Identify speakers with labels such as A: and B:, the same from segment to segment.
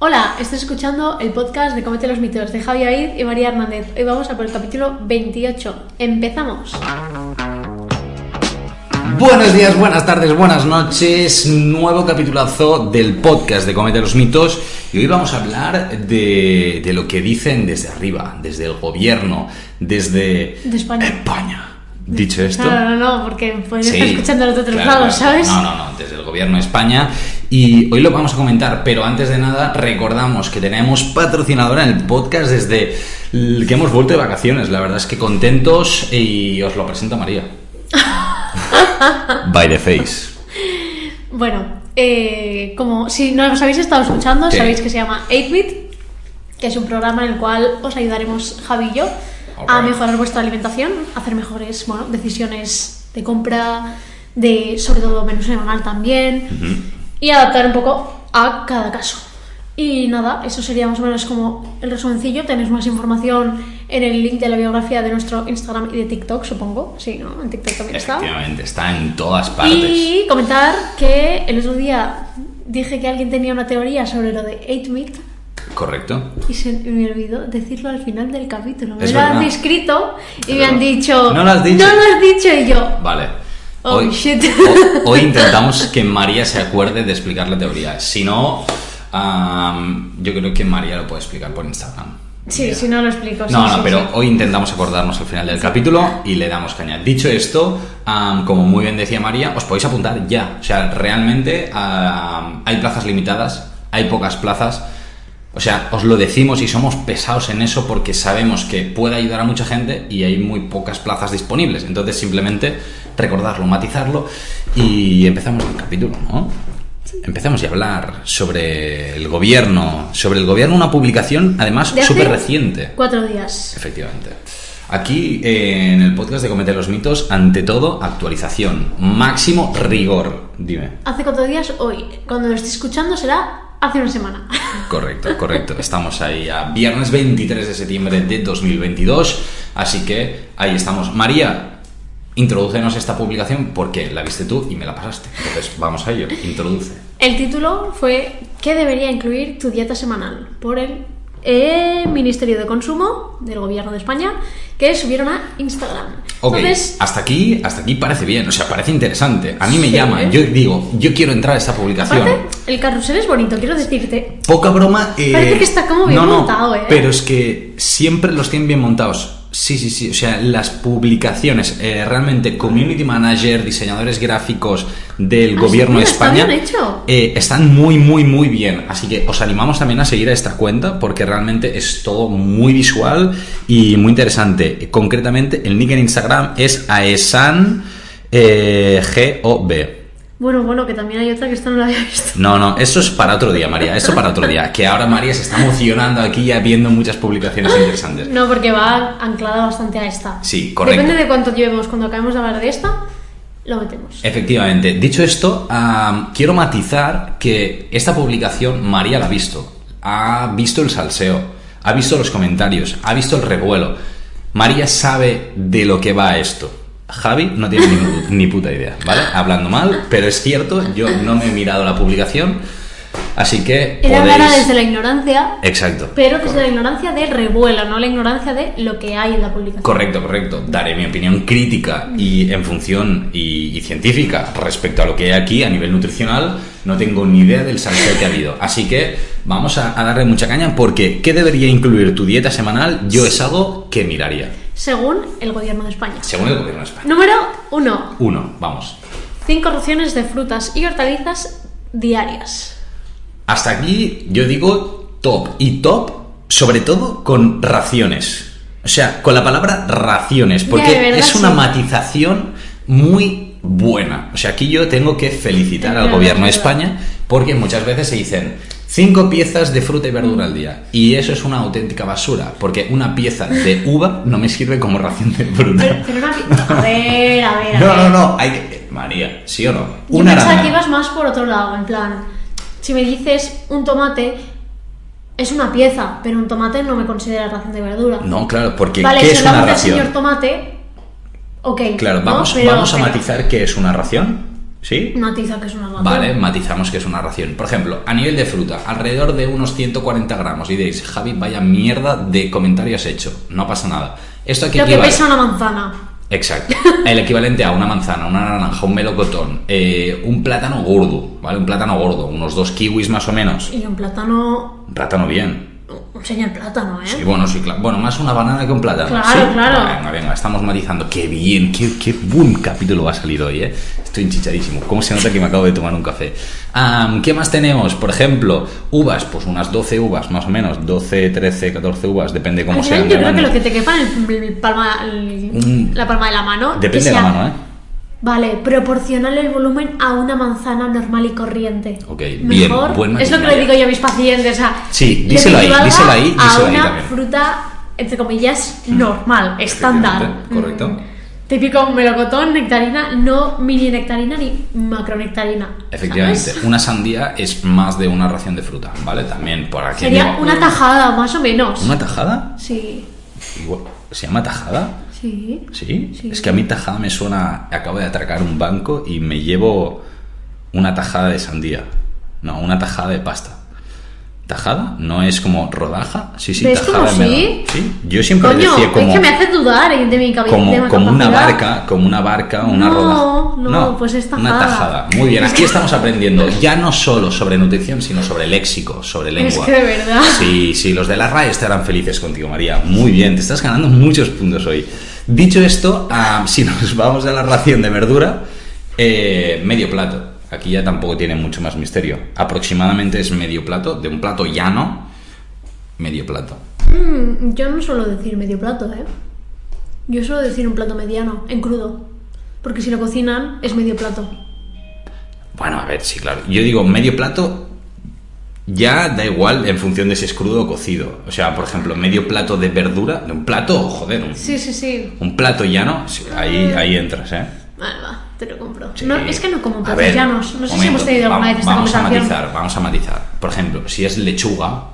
A: Hola, estás escuchando el podcast de Comete los mitos de Javi Aid y María Hernández. Hoy vamos a por el capítulo 28. Empezamos.
B: Buenos días, buenas tardes, buenas noches. Nuevo capitulazo del podcast de Comete los Mitos. Y hoy vamos a hablar de, de lo que dicen desde arriba, desde el gobierno, desde
A: De España. Ah,
B: Dicho esto.
A: No, no, no, porque pueden
B: Sí,
A: estar escuchando los otros
B: claro,
A: lados,
B: claro.
A: ¿sabes?
B: No, no, no, desde el gobierno de España. Y hoy lo vamos a comentar, pero antes de nada recordamos que tenemos patrocinadora en el podcast desde el que hemos vuelto de vacaciones. La verdad es que contentos y os lo presento a María. By the face.
A: Bueno, eh, como si no os habéis estado escuchando,
B: Sí.
A: sabéis que se llama 8-Bit, que es un programa en el cual os ayudaremos, Javi y yo, a
B: Alright.
A: mejorar vuestra alimentación, a hacer mejores bueno, decisiones de compra, de sobre todo menú semanal también, y adaptar un poco a cada caso. Y nada, eso sería más o menos como el resumencillo. Tenéis más información en el link de la biografía de nuestro Instagram y de TikTok, supongo. Sí, ¿no? En TikTok también está.
B: Efectivamente, está en todas partes.
A: Y comentar que el otro día dije que alguien tenía una teoría sobre lo de 8-bit
B: Correcto.
A: y se me olvidó decirlo al final del capítulo. Me
B: Es
A: lo han
B: verdad.
A: escrito y
B: Es
A: me han
B: verdad.
A: dicho.
B: No lo has dicho.
A: No lo has dicho y yo.
B: Vale.
A: Oh, shit.
B: ho- hoy intentamos que María se acuerde de explicar la teoría. Si no, am, yo creo que María lo puede explicar por Instagram.
A: Sí,
B: Mira.
A: si no lo explico. sí,
B: No,
A: sí,
B: no, pero
A: sí.
B: hoy intentamos acordarnos al final del capítulo y le damos caña. Dicho esto, am, como muy bien decía María, os podéis apuntar ya. O sea, realmente am, hay plazas limitadas, hay pocas plazas. O sea, os lo decimos y somos pesados en eso porque sabemos que puede ayudar a mucha gente y hay muy pocas plazas disponibles. Entonces, simplemente recordarlo, matizarlo y empezamos el capítulo, ¿no? Empezamos ya a hablar sobre el gobierno, sobre el gobierno, una publicación además
A: De hace
B: súper reciente.
A: Cuatro días.
B: Efectivamente. Aquí, eh, en el podcast de Cometer los Mitos, ante todo, actualización. Máximo rigor. Dime.
A: Hace cuatro días, hoy. Cuando lo esté escuchando será hace una semana.
B: Correcto, correcto. Estamos ahí a viernes 23 de septiembre de 2022. Así que ahí estamos. María, introducenos esta publicación porque la viste tú y me la pasaste. Entonces, vamos a ello. Introduce.
A: El título fue ¿Qué debería incluir tu dieta semanal? por el eh, Ministerio de Consumo del Gobierno de España que subieron a Instagram.
B: Ok,
A: Entonces,
B: hasta aquí, hasta aquí parece bien, o sea, parece interesante. A mí me
A: Sí,
B: llama,
A: ¿eh?
B: yo digo, yo quiero entrar a esta publicación.
A: aparte, el carrusel es bonito, quiero decirte.
B: Poca broma. eh,
A: Parece que está como bien montado, ¿eh?
B: Pero es que siempre los tienen bien montados. Sí, sí, sí. O sea, las publicaciones, eh, realmente, community manager, diseñadores gráficos del
A: Ah,
B: gobierno de
A: sí, está
B: España.
A: bien hecho.
B: eh, están muy, muy, muy bien. Así que os animamos también a seguir a esta cuenta porque realmente es todo muy visual y muy interesante. Concretamente, el nick en Instagram es aesan eh, GOB.
A: Bueno, bueno, que también hay otra que esta no la había visto.
B: No, no, eso es para otro día, María. Eso para otro día. Que ahora María se está emocionando aquí ya viendo muchas publicaciones interesantes.
A: No, porque va anclada bastante a esta.
B: Sí, correcto.
A: Depende de cuánto llevemos. Cuando acabemos de hablar de esta, lo metemos.
B: Eh, Efectivamente. Dicho esto, am, quiero matizar que esta publicación María la ha visto. Ha visto el salseo, ha visto los comentarios, ha visto el revuelo. María sabe de lo que va esto. Javi no tiene ni, pu- ni puta idea, ¿vale? Hablando mal, pero es cierto, yo no me he mirado la publicación, así que
A: Él hablará
B: podéis...
A: desde la ignorancia,
B: Exacto.
A: pero desde la ignorancia del revuelo, no la ignorancia de lo que hay en la publicación.
B: Correcto, correcto. Daré mi opinión crítica y en función y, y científica respecto a lo que hay aquí a nivel nutricional. No tengo ni idea del salseo que ha habido. Así que vamos a, a darle mucha caña porque ¿qué debería incluir tu dieta semanal? Yo es algo que miraría.
A: Según el gobierno de España.
B: Según el gobierno de España.
A: Número 1.
B: Uno, vamos.
A: 5 raciones de frutas y hortalizas diarias.
B: Hasta aquí yo digo top. Y top, sobre todo con raciones. O sea, con la palabra raciones, porque
A: de verdad,
B: es una
A: sí.
B: matización muy buena. O sea, aquí yo tengo que felicitar
A: Es
B: al
A: verdad,
B: gobierno de
A: es verdad.
B: España porque muchas veces se dicen cinco piezas de fruta y verdura al
A: Mm.
B: día. Y eso es una auténtica basura, porque una pieza de uva no me sirve como ración de
A: Pero,
B: fruta.
A: pero no aquí- A ver, a ver, a
B: No,
A: ver.
B: no, no. Hay que- María, ¿sí o no?
A: Yo
B: Una
A: pensaba
B: naranja.
A: que ibas más por otro lado, en plan. Si me dices un tomate, es una pieza, pero un tomate no me considera ración de verdura.
B: No, claro, porque
A: vale,
B: ¿qué
A: si
B: es
A: hablamos
B: una
A: del
B: ración?
A: señor tomate, ok.
B: Claro,
A: ¿no?
B: vamos,
A: Pero-
B: vamos a
A: pero-
B: matizar qué es una ración. ¿Sí?
A: Matiza que es una ración.
B: Vale, matizamos que es una ración. Por ejemplo, a nivel de fruta, alrededor de unos 140 gramos. Y diréis, Javi, vaya mierda de comentario has hecho. No pasa nada. Esto aquí
A: Lo que
B: equivale-
A: pesa una manzana.
B: Exacto. El equivalente a una manzana, una naranja, un melocotón, eh, un plátano gordo, ¿vale? Un plátano gordo, unos dos kiwis más o menos.
A: Y un plátano.
B: Un plátano bien.
A: Un señor plátano, ¿eh?
B: Sí, bueno, sí, claro. Bueno, más una banana que un plátano.
A: Claro,
B: ¿sí?
A: claro.
B: Venga, venga, estamos matizando. Qué bien, qué, qué buen capítulo va a salir hoy, ¿eh? Estoy enchichadísimo. ¿Cómo se nota que me acabo de tomar un café? Am, ¿Qué más tenemos? Por ejemplo, uvas, pues unas 12 uvas más o menos. 12, 13, 14 uvas, depende cómo
A: Al
B: sean.
A: final, yo
B: de
A: creo que
B: grande.
A: lo que te quepa en el- el palma, el-
B: Mm.
A: la palma de la mano. que
B: Depende de la
A: sea-
B: mano, ¿eh?
A: Vale, proporcional el volumen a una manzana normal y corriente.
B: Ok, bien,
A: Mejor.
B: buen
A: es lo que le
B: maquinaria.
A: digo yo a mis pacientes. O sea,
B: Sí,
A: le
B: díselo ahí,
A: equivale
B: díselo ahí, díselo
A: a
B: ahí
A: una
B: también. Mm.
A: fruta, entre comillas, normal, estándar.
B: Efectivamente, correcto.
A: Mm, Típico melocotón, nectarina, no mini nectarina ni macronectarina.
B: Efectivamente,
A: ¿sabes?
B: una sandía es más de una ración de fruta, ¿vale? También por aquí.
A: Sería una tajada, más o menos.
B: ¿Una tajada?
A: Sí,
B: Igual- ¿Se llama tajada?
A: sí.
B: ¿Sí?
A: Sí.
B: Es que a mí tajada me suena. Acabo de atracar un banco y me llevo una tajada de sandía. No, una tajada de pasta. ¿Tajada? ¿No es como rodaja? Sí, sí,
A: ¿Ves
B: tajada.
A: cómo
B: me da-
A: sí?
B: Sí, yo siempre
A: Coño,
B: decía como.
A: es que me hace dudar eh, de mi cabeza. de
B: como,
A: mi
B: como una
A: capacidad.
B: barca, como una barca, una
A: No,
B: rodaja.
A: no, pues es
B: Una
A: tajada.
B: tajada. Muy bien, aquí estamos aprendiendo ya no solo sobre nutrición, sino sobre léxico, sobre
A: Es
B: lengua.
A: que de verdad.
B: Sí, sí, los de la RAE estarán felices contigo, María. Muy bien, te estás ganando muchos puntos hoy. Dicho esto, ah, si nos vamos a la ración de verdura, eh, medio plato. Aquí ya tampoco tiene mucho más misterio. Aproximadamente es medio plato, de un plato llano, medio plato.
A: Mm, yo no suelo decir medio plato, ¿eh? Yo suelo decir un plato mediano, en crudo. Porque si lo cocinan, es medio plato.
B: Bueno, a ver, sí, claro. Yo digo medio plato ya da igual en función de si es crudo o cocido. O sea, por ejemplo, medio plato de verdura, de un plato, joder, un,
A: Sí, sí, sí.
B: un plato llano, sí, ahí, ahí entras, ¿eh?
A: Vale, va, te lo compro.
B: Sí.
A: No, es que no como
B: A
A: platos
B: ver,
A: llanos. No sé si
B: momento,
A: hemos tenido alguna
B: vamos-
A: vez esta
B: Vamos a
A: conversación.
B: matizar, vamos a matizar. Por ejemplo, si es lechuga,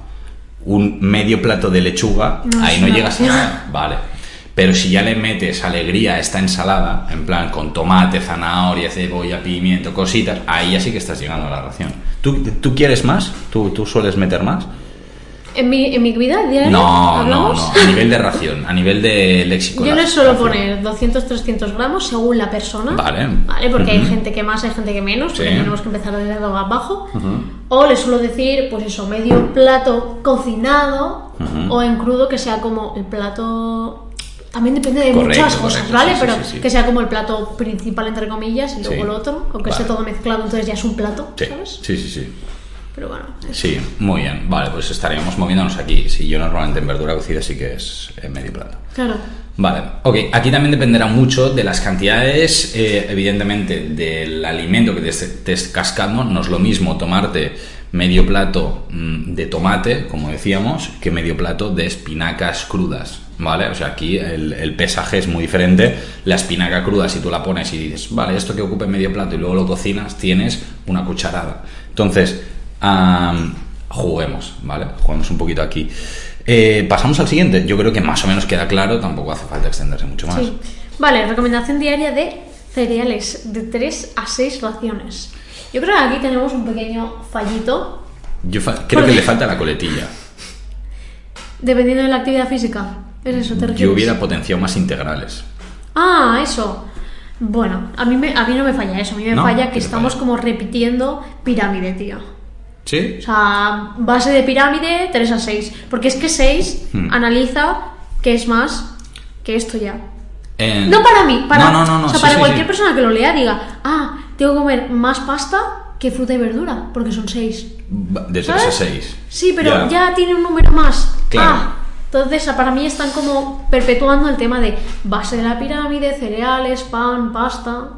B: un medio plato de lechuga,
A: No,
B: ahí
A: es
B: no
A: una
B: llegas a
A: lechuga.
B: nada. Vale. Pero si ya le metes alegría a esta ensalada, en plan con tomate, zanahoria, cebolla, pimiento, cositas, ahí ya sí que estás llegando a la ración. ¿Tú, tú quieres más? ¿Tú, ¿Tú sueles meter más?
A: ¿En mi, en mi vida diaria?
B: No, no,
A: ¿Eh? ¿Hablamos?
B: no. A nivel de ración, a nivel de léxico.
A: Yo
B: la-
A: le suelo
B: ración.
A: poner 200-300 gramos según la persona.
B: Vale.
A: Vale, porque hay
B: Ujú.
A: gente que más, hay gente que menos. porque
B: Sí.
A: tenemos que empezar desde lo más bajo. O le suelo decir, pues eso, medio plato cocinado
B: Ujú.
A: o en crudo que sea como el plato. También depende de
B: Correcto,
A: muchas cosas,
B: correcto,
A: ¿vale?
B: sí, sí,
A: Pero
B: sí, sí.
A: que sea como el plato principal, entre comillas, y luego
B: Sí.
A: el otro. O que esté
B: Vale.
A: todo mezclado, entonces ya es un plato,
B: Sí,
A: ¿sabes?
B: sí, sí, sí.
A: Pero bueno.
B: Sí, muy bien. Vale, pues estaríamos moviéndonos aquí. Si yo normalmente en verdura cocida sí que es eh, medio plato.
A: Claro.
B: Vale, ok. Aquí también dependerá mucho de las cantidades, eh, evidentemente, del alimento que te est- te estés cascando. No es lo mismo tomarte medio plato mm, de tomate, como decíamos, que medio plato de espinacas crudas. ¿Vale? O sea, aquí el, el pesaje es muy diferente. La espinaca cruda, si tú la pones y dices, vale, esto que ocupe medio plato y luego lo cocinas, tienes una cucharada. Entonces, am, juguemos, ¿vale? Juguemos un poquito aquí. Eh, Pasamos al siguiente. Yo creo que más o menos queda claro, tampoco hace falta extenderse mucho más.
A: Sí. Vale, recomendación diaria de cereales de 3 a 6 raciones. Yo creo que aquí tenemos un pequeño fallito,
B: Yo fa- creo que le falta la coletilla.
A: dependiendo de la actividad física. ¿Es eso? ¿Te
B: Yo
A: refieres?
B: hubiera potenciado más integrales.
A: Ah, eso. Bueno, a mí, me- a mí no me falla eso, a mí me
B: ¿No?
A: falla
B: ¿Qué te
A: que estamos
B: falla?
A: como repitiendo pirámide, tío.
B: ¿Sí?
A: O
B: Eh.
A: sea, base de pirámide 3 a 6. Porque es que 6
B: Hmm.
A: analiza que es más que esto ya.
B: Eh,
A: No para mí, para,
B: No, no, no, no,
A: o sea,
B: sí,
A: para
B: sí,
A: cualquier
B: sí.
A: persona que lo lea diga, ah, tengo que comer más pasta que fruta y verdura, porque son seis.
B: Va- De 3
A: ¿Sabes?
B: a 6.
A: Sí, pero ya. tiene un número más.
B: Claro.
A: Ah, entonces, ah, para mí están como perpetuando el tema de base de la pirámide, cereales, pan, pasta.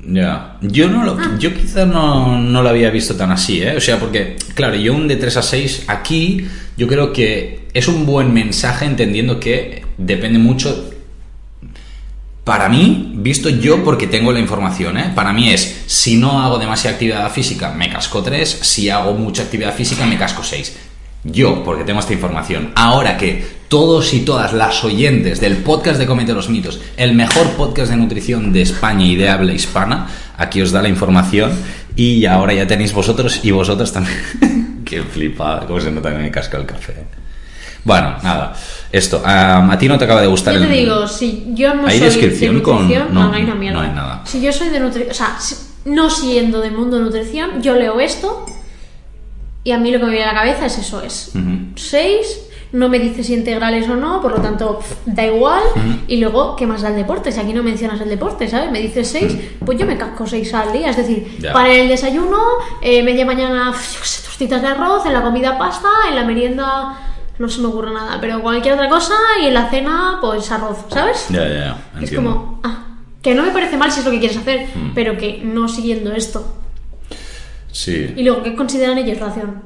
B: Ya. Yo no
A: Ah.
B: lo, yo quizás no, no lo había visto tan así, ¿eh? O sea, porque, claro, yo un de 3 a 6 aquí, yo creo que es un buen mensaje entendiendo que depende mucho. Para mí, visto yo porque tengo la información, ¿eh? Para mí es, si no hago demasiada actividad física, me casco 3, si hago mucha actividad física, me casco 6. yo, porque tengo esta información, ahora que todos y todas las oyentes del podcast de Comete los Mitos, el mejor podcast de nutrición de España y de habla hispana, aquí os da la información y ahora ya tenéis vosotros y vosotras también. Qué flipada, cómo se nota que me casca el café. ¿eh? Bueno, nada, esto, um, a ti no te acaba de gustar
A: Yo te
B: el...
A: digo, si yo no
B: ¿Hay
A: soy
B: descripción
A: de
B: con-
A: nutrición,
B: no,
A: no, hay una mierda.
B: no hay nada.
A: Si yo soy de nutrición, o sea, si- no siendo del mundo de nutrición, yo leo esto y a mí lo que me viene a la cabeza es eso, es
B: Ujú.
A: 6, no me dices si integrales o no, por lo tanto pf, da igual, y luego, ¿qué más da el deporte? Si aquí no mencionas el deporte, ¿sabes? Me dices 6, pues yo me casco 6 al día, es decir,
B: Ya.
A: para el desayuno, eh, media mañana, pf, yo qué sé, tostitas de arroz, en la comida pasta, en la merienda, no se me ocurre nada, pero cualquier otra cosa, y en la cena, pues arroz, ¿sabes?
B: Ya, ya, ya,
A: es
B: entiendo. Mm.
A: como, ah, que no me parece mal si es lo que quieres hacer, pero que no siguiendo esto.
B: Sí.
A: Y luego, ¿qué consideran ellos ración?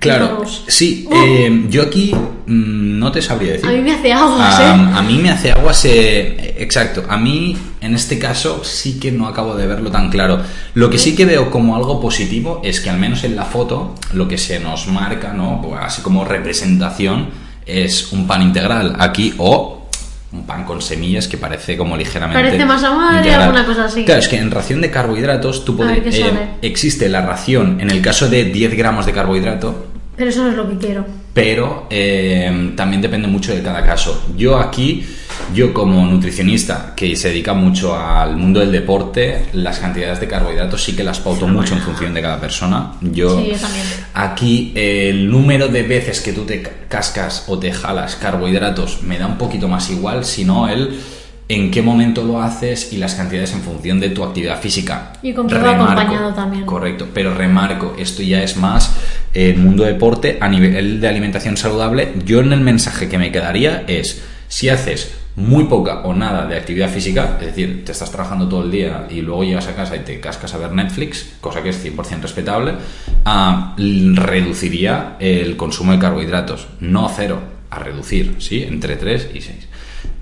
B: Claro,
A: Vamos.
B: sí,
A: Uh.
B: eh, yo aquí mm, no te sabría decir.
A: A mí me hace aguas, ¿eh?
B: Am, Ah, a mí me hace aguas, eh, exacto. A mí, en este caso, sí que no acabo de verlo tan claro. Lo que sí que veo como algo positivo es que al menos en la foto, lo que se nos marca, ¿no? Pues, Así como representación, es un pan integral aquí o un pan con semillas que parece como ligeramente...
A: Parece masa madre,
B: integral.
A: alguna cosa así.
B: Claro, es que en ración de carbohidratos tú
A: A ver
B: puedes... eh,
A: qué sale.
B: existe la ración, en el caso de 10 gramos de carbohidrato,
A: Pero eso no es lo que quiero.
B: pero eh, también depende mucho de cada caso. Yo aquí, yo como nutricionista que se dedica mucho al mundo del deporte, las cantidades de carbohidratos sí que las pauto mucho en función de cada persona. Yo,
A: Sí, yo también.
B: aquí eh, el número de veces que tú te ca- cascas o te jalas carbohidratos me da un poquito más igual, sino el en qué momento lo haces y las cantidades en función de tu actividad física.
A: Y con qué va acompañado también.
B: Correcto, pero remarco, esto ya es más el mundo deporte a nivel de alimentación saludable. Yo en el mensaje que me quedaría es, si haces muy poca o nada de actividad física, es decir, te estás trabajando todo el día y luego llegas a casa y te cascas a ver Netflix, cosa que es 100% respetable, ah, l- reduciría el consumo de carbohidratos, no a cero, a reducir, ¿sí? Entre 3 y 6.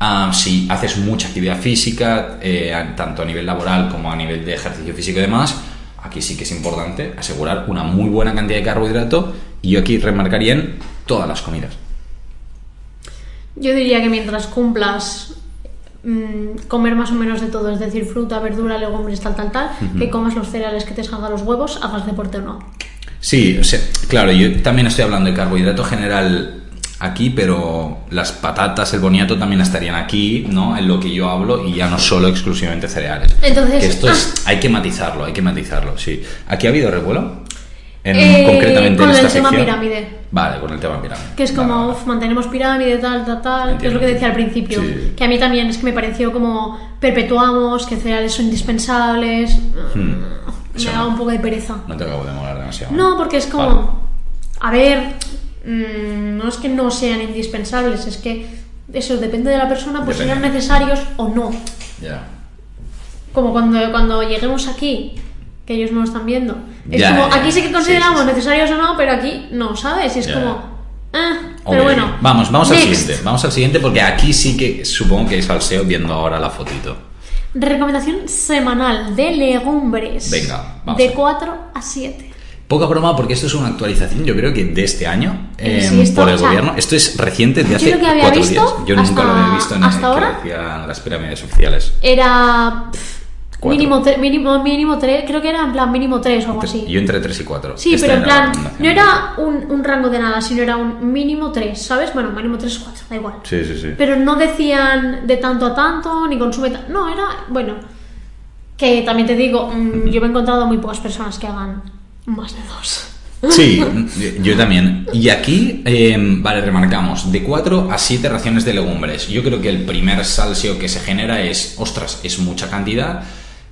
B: Ah, si haces mucha actividad física, eh, a- tanto a nivel laboral como a nivel de ejercicio físico y demás, aquí sí que es importante asegurar una muy buena cantidad de carbohidrato y yo aquí remarcaría en todas las comidas.
A: Yo diría que mientras cumplas mm, comer más o menos de todo, es decir, fruta, verdura, legumbres, tal, tal, tal, que comas los cereales, que te salgan los huevos, hagas deporte o no.
B: Sí, o sea, claro, yo también estoy hablando de carbohidrato general aquí, pero las patatas, el boniato también estarían aquí, ¿no? En lo que yo hablo y ya no solo exclusivamente cereales.
A: Entonces, ah.
B: Que esto es, hay que matizarlo, hay que matizarlo, sí. ¿Aquí ha habido revuelo? En-
A: Eh,
B: concretamente
A: con
B: en esta
A: el tema
B: sección.
A: pirámide.
B: Vale, con el tema pirámide.
A: Que es
B: Vale,
A: como,
B: vale.
A: "Uf, mantenemos pirámide, tal, tal, tal, que es
B: Entiendo.
A: lo que decía al principio.
B: Sí.
A: Que a mí también es que me pareció como perpetuamos, que cereales son indispensables.
B: Hmm.
A: Me
B: Eso
A: daba
B: no.
A: un poco de pereza.
B: No te acabo de molar demasiado.
A: No, porque es como,
B: Vale.
A: a ver, mm, no es que no sean indispensables, es que eso depende de la persona, pues
B: Depende.
A: serán necesarios o no.
B: Ya.
A: Como cuando, cuando lleguemos aquí, que ellos no lo están viendo. Es
B: Ya,
A: como,
B: ya,
A: aquí sí
B: sí,
A: que consideramos
B: sí, sí.
A: necesarios o no, pero aquí no, ¿sabes? Y es
B: Ya,
A: como, ah,
B: Ok,
A: pero bueno.
B: Vamos, vamos al
A: Next.
B: siguiente. Vamos al siguiente porque aquí sí que supongo que es salseo viendo ahora la fotito.
A: Recomendación semanal de legumbres.
B: Venga, vamos a
A: De
B: ver.
A: 4 a 7.
B: Poca broma porque esto es una actualización, yo creo que de este año
A: Eh,
B: eh,
A: sí, esto,
B: por el
A: o sea,
B: gobierno. Esto es reciente de
A: yo
B: hace
A: lo que había
B: cuatro
A: visto
B: días. Yo nunca
A: hasta-
B: lo había visto en el
A: hasta
B: que
A: ahora.
B: decían las pirámides oficiales.
A: Era. pff,
B: Cuatro.
A: mínimo, tre- mínimo, mínimo tres, creo que era en plan mínimo tres o algo así.
B: Este, Yo entre 3 y Este 4.
A: Sí, pero en plan, no era un, un rango de nada, sino era un mínimo 3, ¿sabes? Bueno, mínimo 3 4, da igual.
B: Sí, sí, sí.
A: Pero no decían de tanto a tanto, ni consume tanto. No, era, bueno, que también te digo, mm, yo me he encontrado muy pocas personas que hagan más de dos.
B: Sí, yo también. Y aquí, eh, vale, remarcamos, de 4 a 7 raciones de legumbres. Yo creo que el primer salseo que se genera es, ostras, es mucha cantidad.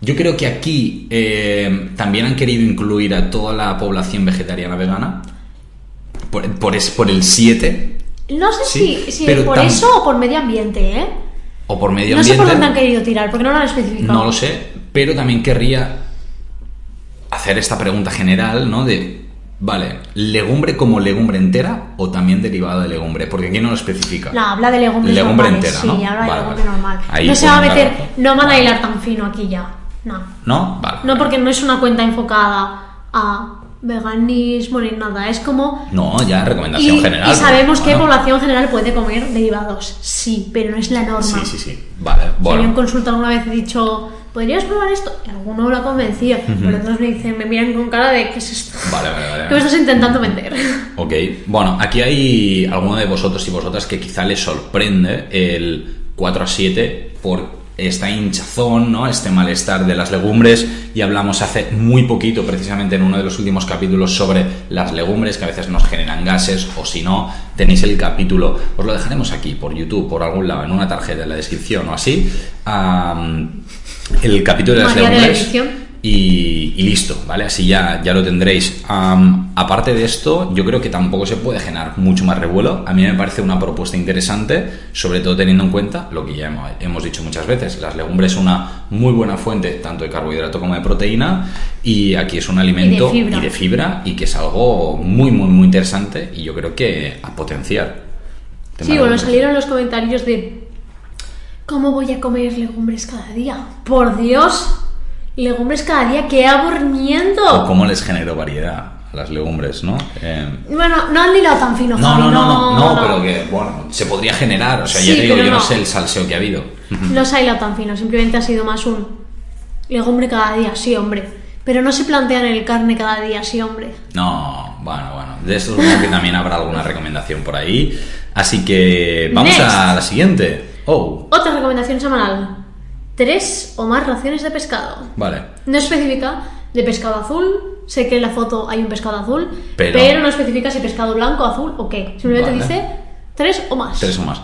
B: Yo creo que aquí eh, también han querido incluir a toda la población vegetariana vegana por, por es- por el 7
A: No sé
B: Sí,
A: si, si
B: pero
A: por
B: tam-
A: eso o por medio ambiente, ¿eh?
B: o por medio
A: No sé por
B: ambiente.
A: dónde han querido tirar, porque no lo han especificado.
B: No lo sé, pero también querría hacer esta pregunta general, ¿no? De, vale, legumbre como legumbre entera o también derivada de legumbre, porque aquí no lo especifica.
A: No, habla de legumbres
B: Legumbre
A: normales.
B: entera,
A: sí,
B: ¿no?
A: habla
B: Vale,
A: de legumbre
B: vale.
A: normal.
B: Ahí
A: no se va a
B: pueden dar
A: meter,
B: razón.
A: no van a hilar tan fino aquí ya. No.
B: ¿No? Vale.
A: No, porque no es una cuenta enfocada a veganismo ni nada, es como...
B: No, ya recomendación
A: y,
B: general.
A: y
B: pero,
A: sabemos que
B: bueno.
A: población general puede comer derivados, sí, pero no es la norma.
B: Sí, sí, sí. Vale,
A: Si yo en
B: bueno.
A: consulta alguna vez he dicho, ¿podrías probar esto? Y alguno lo ha convencido, pero otros me dicen, me miran con cara de, ¿qué es esto?
B: Vale, vale, vale.
A: ¿Qué me estás intentando vender?
B: Ok, bueno, aquí hay alguno de vosotros y vosotras que quizá les sorprende el 4 a 7 por esta hinchazón, ¿no? Este malestar de las legumbres y hablamos hace muy poquito, precisamente en uno de los últimos capítulos sobre las legumbres que a veces nos generan gases o si no, tenéis el capítulo, os lo dejaremos aquí por YouTube, por algún lado, en una tarjeta en la descripción o así, am, el capítulo de las
A: María de la
B: legumbres
A: edición.
B: y, y listo, ¿vale? Así ya, ya lo tendréis. Am, aparte de esto, yo creo que tampoco se puede generar mucho más revuelo. A mí me parece una propuesta interesante, sobre todo teniendo en cuenta lo que ya hemos, hemos dicho muchas veces. Las legumbres son una muy buena fuente tanto de carbohidrato como de proteína y aquí es un alimento
A: fibra.
B: y de fibra y que es algo muy, muy, muy interesante y yo creo que a potenciar.
A: Sí,
B: Tema
A: bueno,
B: legumbres.
A: salieron los comentarios de, ¿cómo voy a comer legumbres cada día? Por Dios, legumbres cada día, qué
B: O
A: aburrimiento.
B: cómo les generó variedad a las legumbres, ¿no? Em,
A: Bueno, no han hilado tan fino.
B: No,
A: Javi,
B: no, no, no, no, pero que, bueno, se podría generar. O sea, ya
A: Sí,
B: te digo,
A: pero
B: yo no.
A: no.
B: sé el salseo que ha habido.
A: No se ha hilado tan fino, simplemente ha sido más un legumbre cada día, sí, hombre. Pero no se plantean el carne cada día, sí, hombre.
B: No, bueno, bueno. De eso supongo que también habrá alguna recomendación por ahí. Así que vamos
A: Next.
B: a la siguiente. Oh,
A: Otra recomendación semanal. Tres o más raciones de pescado.
B: vale.
A: No especifica de pescado azul. Sé que en la foto hay un pescado azul,
B: Pero-
A: pero, no especifica si pescado blanco, azul o qué. Simplemente
B: Vale.
A: dice tres o más.
B: Tres o más.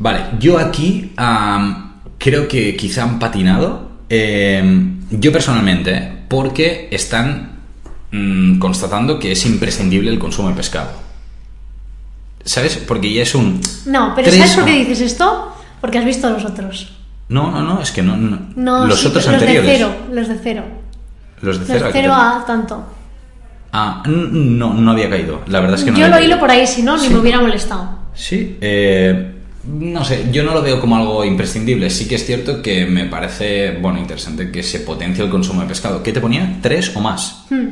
B: Vale, yo aquí am, creo que quizá han patinado. em, yo personalmente, ¿eh? porque están mm, constatando que es imprescindible el consumo de pescado. ¿Sabes? Porque ya es un...
A: No, pero
B: Tres
A: ¿sabes por
B: o-
A: qué dices esto? Porque has visto a los otros.
B: No, no, no, es que no. no.
A: No,
B: los
A: sí,
B: otros
A: los
B: anteriores.
A: de cero, los de cero.
B: Los de
A: Los
B: cero.
A: de
B: ¿a qué te-
A: cero a tanto.
B: Ah, n- no, no había caído. La verdad es que no
A: Yo
B: había
A: lo hilo
B: caído.
A: por ahí, si no, ni
B: Sí.
A: me hubiera molestado.
B: Sí, eh, no sé, yo no lo veo como algo imprescindible. Sí que es cierto que me parece, bueno, interesante que se potencie el consumo de pescado. ¿Qué te ponía? ¿Tres o más?
A: Hmm.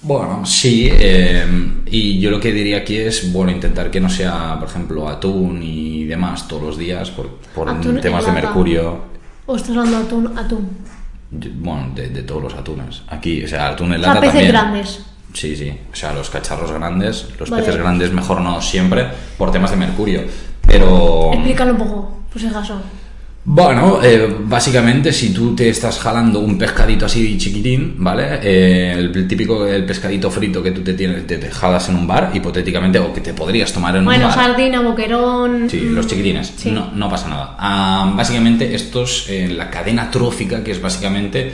B: Bueno, sí, eh, y yo lo que diría aquí es, bueno, intentar que no sea, por ejemplo, atún y demás todos los días por, por
A: Atún
B: temas
A: y
B: de
A: lata.
B: mercurio.
A: O estás dando atún, atún.
B: Yo- Bueno, de, de todos los atunes. Aquí, o sea, atún en
A: O sea,
B: lata
A: peces
B: también.
A: grandes.
B: Sí, sí. O sea, los cacharros grandes, los
A: Vale.
B: peces grandes mejor no siempre, por temas de mercurio. Pero...
A: Explícalo un poco, por si acaso.
B: Bueno, eh, básicamente si tú te estás jalando un pescadito así chiquitín, ¿vale? Eh, el típico el pescadito frito que tú te tienes, te, te jalas en un bar, hipotéticamente, o que te podrías tomar en un
A: Bueno,
B: bar.
A: sardina, boquerón.
B: Sí, los chiquitines.
A: Mm. Sí.
B: No, no pasa nada. Ah, básicamente, esto es eh, la cadena trófica, que es básicamente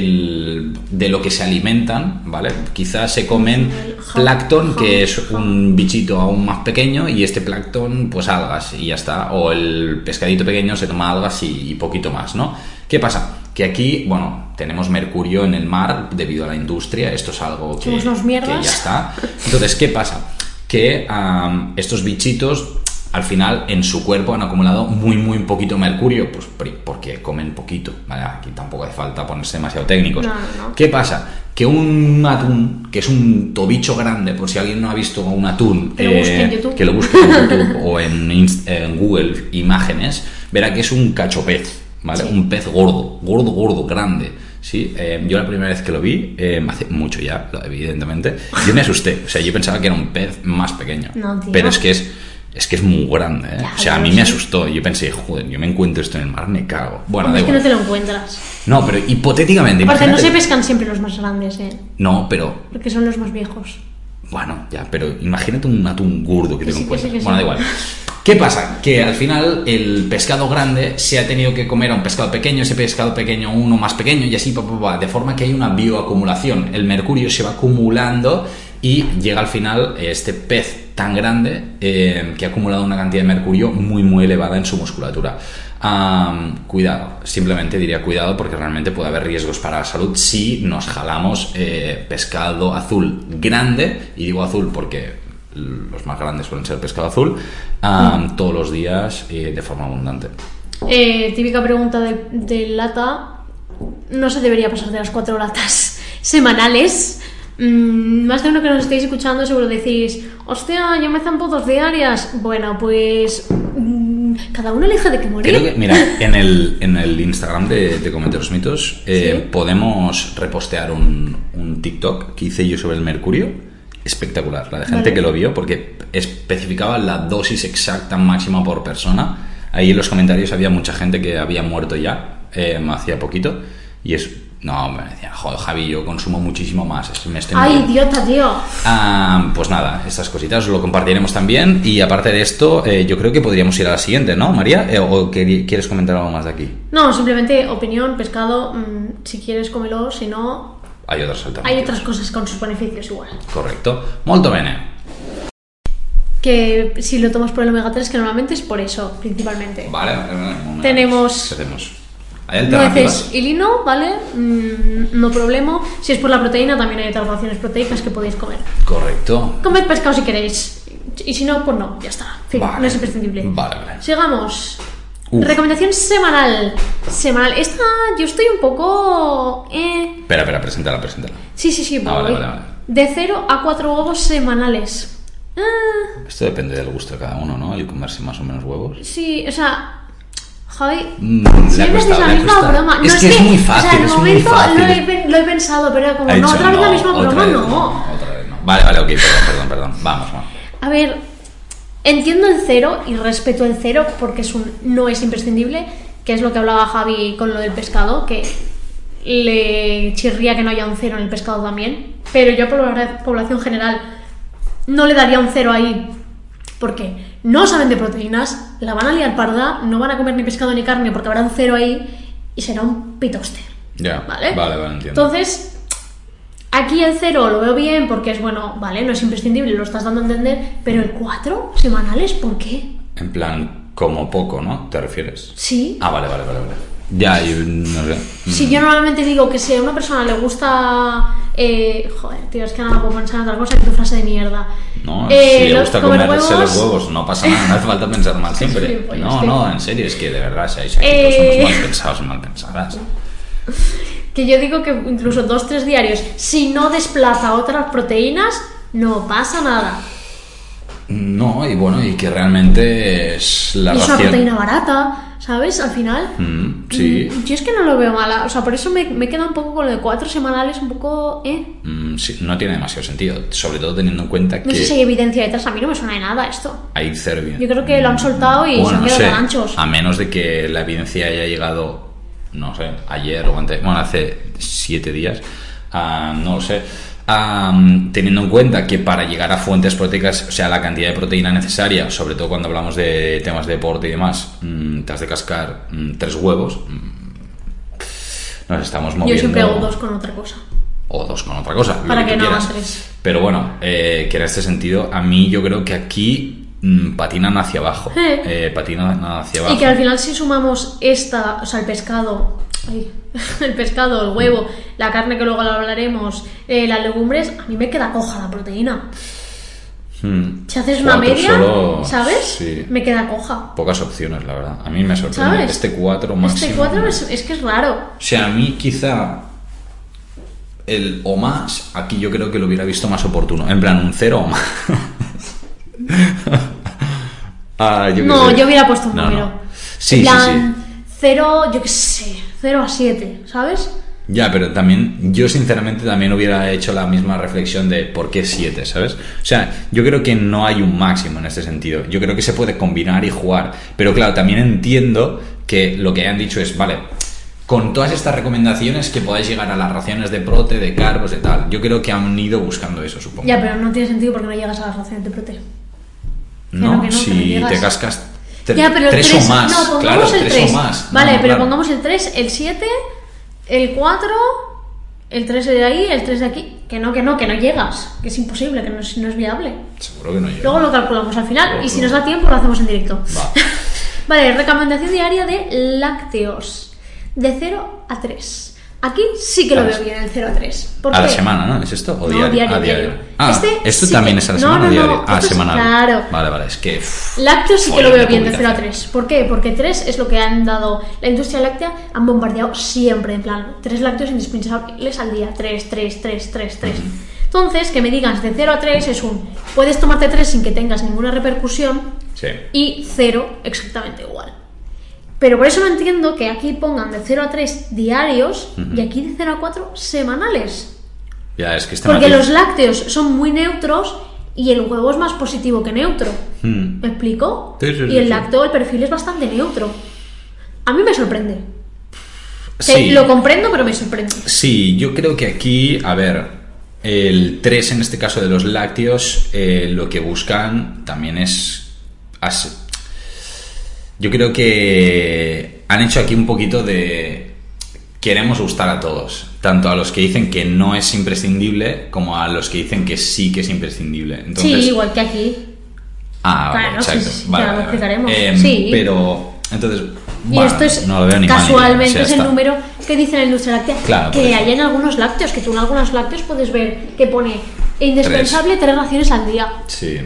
B: el de lo que se alimentan, ¿vale? Quizás se comen
A: El ja-
B: plancton,
A: ja-
B: que es un bichito aún más pequeño, y este plancton, pues algas, y ya está. O el pescadito pequeño se toma algas y, y poquito más, ¿no? ¿Qué pasa? Que aquí, bueno, tenemos mercurio en el mar debido a la industria, esto es algo que,
A: Somos unos
B: que ya
A: mierdas.
B: está. Entonces, ¿qué pasa? Que am, estos bichitos al final en su cuerpo han acumulado muy, muy poquito mercurio, pues pri- porque comen poquito, ¿vale? Aquí tampoco hace falta ponerse demasiado técnicos.
A: No, no, no.
B: ¿Qué pasa? Que un atún, que es un tobicho grande, por si alguien no ha visto un atún, eh,
A: Que lo busque en YouTube.
B: que lo busque en YouTube o en, Inst- en Google Imágenes, verá que es un cachopez, ¿vale?
A: Sí.
B: Un pez gordo, gordo, gordo, grande. Sí, Eh, yo la primera vez que lo vi, eh, hace mucho ya, evidentemente, yo me asusté. O sea, yo pensaba que era un pez más pequeño.
A: No, tío.
B: Pero es que es, es que es muy grande, ¿eh?
A: Ya,
B: O sea, a
A: ya
B: mí
A: lo
B: me
A: sé.
B: asustó. Yo pensé, joder, yo me encuentro esto en el mar, me cago. Bueno, da
A: es que no
B: igual.
A: te lo encuentras.
B: No, pero hipotéticamente.
A: Porque no pues-
B: imagínate-
A: se pescan siempre los más grandes, ¿eh?
B: No, pero
A: Porque son los más viejos.
B: Bueno, ya, pero imagínate un atún gordo que
A: Que
B: te lo
A: Pues sí, que sí,
B: encuentras.
A: que sí.
B: Bueno, da igual. ¿Qué pasa? Que al final el pescado grande se ha tenido que comer a un pescado pequeño, ese pescado pequeño a uno más pequeño y así, pa, pa, pa, de forma que hay una bioacumulación. El mercurio se va acumulando y llega al final este pez tan grande eh, que ha acumulado una cantidad de mercurio muy, muy elevada en su musculatura. Am, cuidado, simplemente diría cuidado porque realmente puede haber riesgos para la salud si nos jalamos eh, pescado azul grande, y digo azul porque los más grandes suelen ser pescado azul, am,
A: Mm.
B: todos los días eh, de forma abundante.
A: Eh, típica pregunta de, de lata. No se debería pasar de las cuatro latas semanales Mm, más de uno que nos estéis escuchando seguro decís, hostia, yo me zampo dos diarias. Bueno, pues mm, cada uno elige de qué morir.
B: Creo que, mira, en el, en el Instagram de, de Comete los Mitos eh,
A: Sí.
B: podemos repostear un, un TikTok que hice yo sobre el mercurio. Espectacular, la de gente
A: Vale.
B: que lo vio, porque especificaba la dosis exacta máxima por persona. Ahí en los comentarios había mucha gente que había muerto ya, eh, hacía poquito, y es... No, me decían, joder, Javi, yo consumo muchísimo más. es- Me estoy
A: Ay,
B: muriendo".
A: idiota, tío.
B: Ah, pues nada, estas cositas os lo compartiremos también. Y aparte de esto, eh, yo creo que podríamos ir a la siguiente, ¿no, María? Eh, ¿O queri- quieres comentar algo más de aquí?
A: No, simplemente opinión, pescado, mm, si quieres cómelo, si no,
B: Hay otras alternativas.
A: hay otras cosas con sus beneficios igual.
B: Correcto. Molto bene.
A: Que si lo tomas por el omega 3, que normalmente es por eso, principalmente.
B: Vale. eh,
A: Tenemos-
B: ¿Qué hacemos? Hay
A: Nueces
B: alternativas.
A: y lino, ¿vale? Mm, no problema. Si es por la proteína, también hay otras raciones proteicas que podéis comer.
B: Correcto.
A: Comed pescado si queréis. Y si no, pues no, ya está. En fin,
B: Vale.
A: no es imprescindible.
B: Vale, vale.
A: Sigamos.
B: Uf.
A: Recomendación semanal. Semanal. Esta, yo estoy un poco. Eh.
B: Espera, espera, preséntala, preséntala.
A: Sí, sí, sí,
B: Ah, vale,
A: voy.
B: vale, vale.
A: De 0 a 4 huevos semanales. Ah,
B: Esto depende del gusto de cada uno, ¿no? El comerse más o menos huevos.
A: sí, o sea. Javi.
B: Mm, le ha
A: Siempre haces
B: costado,
A: la
B: le ha
A: misma
B: costado.
A: broma.
B: Es
A: no,
B: que es muy
A: O sea,
B: fácil,
A: en el
B: es muy
A: momento
B: fácil.
A: Lo, he, pen- lo he pensado, pero era como,
B: Ha
A: no,
B: dicho,
A: otra vez la misma
B: otra
A: broma,
B: vez
A: no.
B: Otra vez no. Vale, vale, ok, perdón, perdón, perdón. Vamos, vamos.
A: A ver, entiendo el cero y respeto el cero porque es un no es imprescindible, que es lo que hablaba Javi con lo del pescado, que le chirría que no haya un cero en el pescado también, pero yo por la población general no le daría un cero ahí porque no saben de proteínas, la van a liar parda, no van a comer ni pescado ni carne porque habrá un cero ahí y será un pitoste.
B: Ya.
A: ¿Vale?
B: Vale, vale, entiendo.
A: Entonces, aquí el 0 lo veo bien porque es bueno, vale, no es imprescindible, lo estás dando a entender, pero el 4 semanales, ¿por qué?
B: En plan, como poco, ¿no? ¿Te refieres?
A: Sí.
B: Ah, vale, vale, vale, vale. Ya, yo no sé. Mm.
A: Si yo normalmente digo que si a una persona le gusta. eh, joder, tío, es que nada puedo pensar en otra cosa que tu frase de mierda.
B: No,
A: Eh,
B: si le
A: lo-
B: gusta
A: comer
B: comerse los huevos, no pasa nada, no hace falta pensar mal siempre.
A: gilipollas,
B: No,
A: tío.
B: no, en serio, es que de verdad, si hay si hay
A: pues, Eh.
B: personas mal pensadas o mal pensadas.
A: Que yo digo que incluso dos, tres diarios, si no desplaza otras proteínas, no pasa nada.
B: No, y bueno, y que realmente es la
A: y es una
B: ración.
A: proteína barata, ¿sabes? Al final.
B: Mm, sí.
A: Mm, Yo es que no lo veo mala, o sea, por eso me, me queda un poco con lo de cuatro semanales, un poco, ¿eh?
B: Mm, sí, no tiene demasiado sentido, sobre todo teniendo en cuenta
A: No
B: que
A: sé si hay evidencia detrás, a mí no me suena de nada esto.
B: hay cervia.
A: Yo creo que lo han soltado y se han
B: no
A: quedado
B: sé,
A: tan anchos.
B: A menos de que la evidencia haya llegado, no sé, ayer o antes, bueno, hace siete días, ah, no lo sé. Ah, teniendo en cuenta que para llegar a fuentes proteicas, o sea, la cantidad de proteína necesaria, sobre todo cuando hablamos de temas de deporte y demás, mm, te has de cascar mm, tres huevos. mm, nos estamos moviendo.
A: Yo siempre hago dos con otra cosa.
B: O dos con otra cosa. lo
A: Para que
B: tú
A: no hagan
B: quieras.
A: tres.
B: Pero bueno, eh, que en este sentido, a mí yo creo que aquí mm, patinan hacia abajo.
A: Eh.
B: Eh, patinan hacia abajo.
A: Y que al final si sumamos esta, o sea, el pescado, ay, el pescado, el huevo,
B: Mm.
A: la carne que luego lo hablaremos, eh, las legumbres, a mí me queda coja la proteína.
B: Mm,
A: Si haces una
B: cuatro
A: media,
B: solo-
A: ¿sabes?
B: Sí.
A: Me queda coja.
B: Pocas opciones, la verdad. A mí me sorprende.
A: ¿Sabes?
B: Este 4 máximo.
A: Este cuatro es, es que es raro.
B: O sea, a mí quizá el o más, aquí yo creo que lo hubiera visto más oportuno. En plan, un 0 o más. Ah, yo qué
A: No,
B: sé.
A: yo hubiera puesto un
B: No, no.
A: número.
B: Sí,
A: En
B: sí,
A: plan,
B: sí.
A: Cero, yo qué sé, cero a siete, ¿sabes?
B: Ya, pero también, yo sinceramente también hubiera hecho la misma reflexión de por qué 7, ¿sabes? O sea, yo creo que no hay un máximo en este sentido. Yo creo que se puede combinar y jugar. Pero claro, también entiendo que lo que hayan dicho es, vale, con todas estas recomendaciones que podáis llegar a las raciones de prote, de carbos, de tal. Yo creo que han ido buscando eso, supongo.
A: Ya, pero no tiene sentido porque no llegas a las raciones de prote.
B: no,
A: claro que no, que no
B: si
A: llegas.
B: te cascas tre-
A: ya, pero el
B: tres,
A: tres-
B: o más.
A: No, pongamos
B: claro,
A: el
B: tres,
A: tres.
B: o más.
A: Vale,
B: No,
A: pero
B: claro.
A: pongamos el 3, el 7, el 4, el 3 de ahí, el 3 de aquí. Que no, que no, que no llegas. Que es imposible, que no es, no es viable.
B: Seguro que no llega.
A: Luego lo calculamos al final
B: Luego
A: y si
B: lo-
A: nos da tiempo lo hacemos en directo.
B: Va.
A: Vale, recomendación diaria de lácteos. De 0 a 3. Aquí sí que lo
B: Claro.
A: veo bien, el 0 a 3. ¿Por
B: A la
A: qué?
B: semana, ¿no? ¿Es esto? ¿O
A: No,
B: diario?
A: diario,
B: Ah,
A: diario.
B: Ah,
A: Este
B: esto
A: sí
B: también
A: que-
B: es a la
A: no,
B: semana
A: no,
B: o
A: no,
B: diario. ah,
A: esto es-
B: semanal.
A: claro.
B: Vale, vale, es que. uff,
A: Lácteos sí que
B: Joder,
A: lo veo
B: qué
A: bien de 0 a
B: publicación.
A: 3. ¿Por qué? Porque 3 es lo que han dado. La industria láctea han bombardeado siempre, en plan, 3 lácteos indispensables al día. 3, 3, 3, 3, 3. Entonces, que me digas de 0 a 3 es un puedes tomarte 3 sin que tengas ninguna repercusión
B: Sí.
A: y 0 exactamente igual. Pero por eso no entiendo que aquí pongan de 0 a 3 diarios y aquí de 0 a 4 semanales.
B: Ya, es que este
A: Porque
B: matiz-
A: los lácteos son muy neutros y el huevo es más positivo que neutro.
B: Mm.
A: ¿Me explico?
B: Sí, sí,
A: y
B: sí,
A: el
B: sí.
A: lacto, el perfil es bastante neutro. A mí me sorprende. Que
B: Sí.
A: Lo comprendo, pero me sorprende.
B: Sí, yo creo que aquí, a ver, el 3 en este caso de los lácteos, eh, lo que buscan también es... as- yo creo que han hecho aquí un poquito de... Queremos gustar a todos, tanto a los que dicen que no es imprescindible como a los que dicen que sí que es imprescindible. Entonces,
A: sí, igual que aquí.
B: Ah, vale,
A: Claro, sí,
B: exacto.
A: sí, sí,
B: Vale,
A: ya lo
B: vale, vale.
A: explicaremos.
B: Em,
A: Sí.
B: Pero, entonces,
A: Y
B: bueno,
A: esto es
B: no lo veo ni mal ni bien,
A: casualmente
B: o sea,
A: es el
B: está-
A: número que dice la industria láctea.
B: Claro, por
A: que
B: eso.
A: hay en algunos lácteos, que tú en algunos lácteos puedes ver que pone indispensable tres raciones al día.
B: Sí.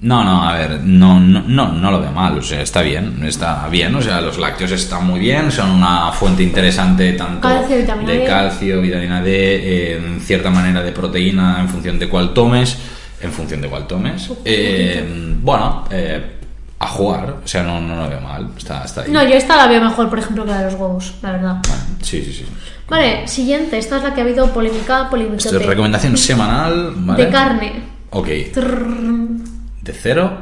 B: No, no, a ver, no, no, no, no lo veo mal, o sea, está bien, está bien, o sea, los lácteos están muy bien, son una fuente interesante tanto
A: Calcio, vitamina
B: de
A: D.
B: calcio, vitamina D, eh, en cierta manera de proteína en función de cuál tomes, en función de cuál tomes.
A: Uf,
B: Eh, bueno, eh, a jugar, o sea, no, no lo veo mal, está, está ahí.
A: No, yo esta la veo mejor, por ejemplo, que la de los huevos, la verdad.
B: Sí, sí, sí.
A: Vale, siguiente. Esta es la que ha habido polémica, polémica.
B: Esto es recomendación semanal, ¿vale?
A: De carne.
B: Ok,
A: Trrr,
B: de 0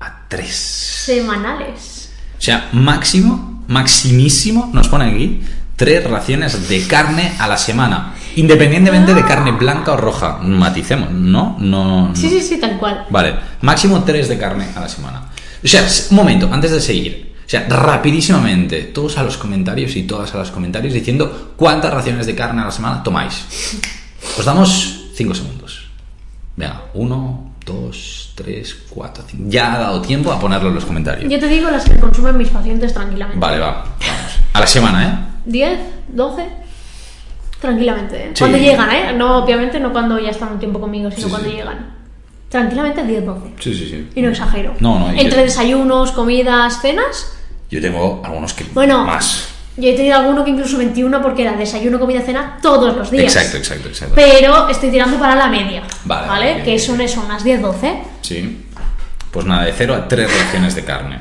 B: a 3.
A: semanales.
B: O sea, máximo, maximísimo, nos pone aquí, tres raciones de carne a la semana. Independientemente de carne blanca o roja. Maticemos, ¿no? No. no.
A: Sí, sí, sí, tal cual.
B: Vale, máximo tres de carne a la semana. O sea, s- un momento, antes de seguir. O sea, rapidísimamente, todos a los comentarios y todas a los comentarios diciendo cuántas raciones de carne a la semana tomáis. Os damos cinco segundos. Venga, uno, dos, tres, cuatro, cinco. Ya ha dado tiempo a ponerlo en los comentarios.
A: Yo te digo las que consumen mis pacientes tranquilamente.
B: Vale, va. Vamos. A la semana, ¿eh?
A: 10, 12, tranquilamente. ¿eh?
B: Sí.
A: Cuando llegan, ¿eh? No, obviamente no cuando ya están un tiempo conmigo, sino
B: Sí,
A: cuando
B: sí.
A: llegan. Tranquilamente 10, 12.
B: ¿eh? Sí, sí, sí.
A: Y no exagero.
B: No, no, y
A: Entre
B: yo-
A: desayunos, comidas, cenas.
B: Yo tengo algunos que
A: Bueno,
B: más.
A: yo he tenido alguno que incluso 21 porque era desayuno, comida, cena todos los días.
B: Exacto, exacto, exacto.
A: Pero estoy tirando para la media. Vale.
B: Vale, vale, bien,
A: que
B: bien,
A: son, eso, unas 10, 12.
B: Sí. Pues nada, de 0 a 3 raciones de carne.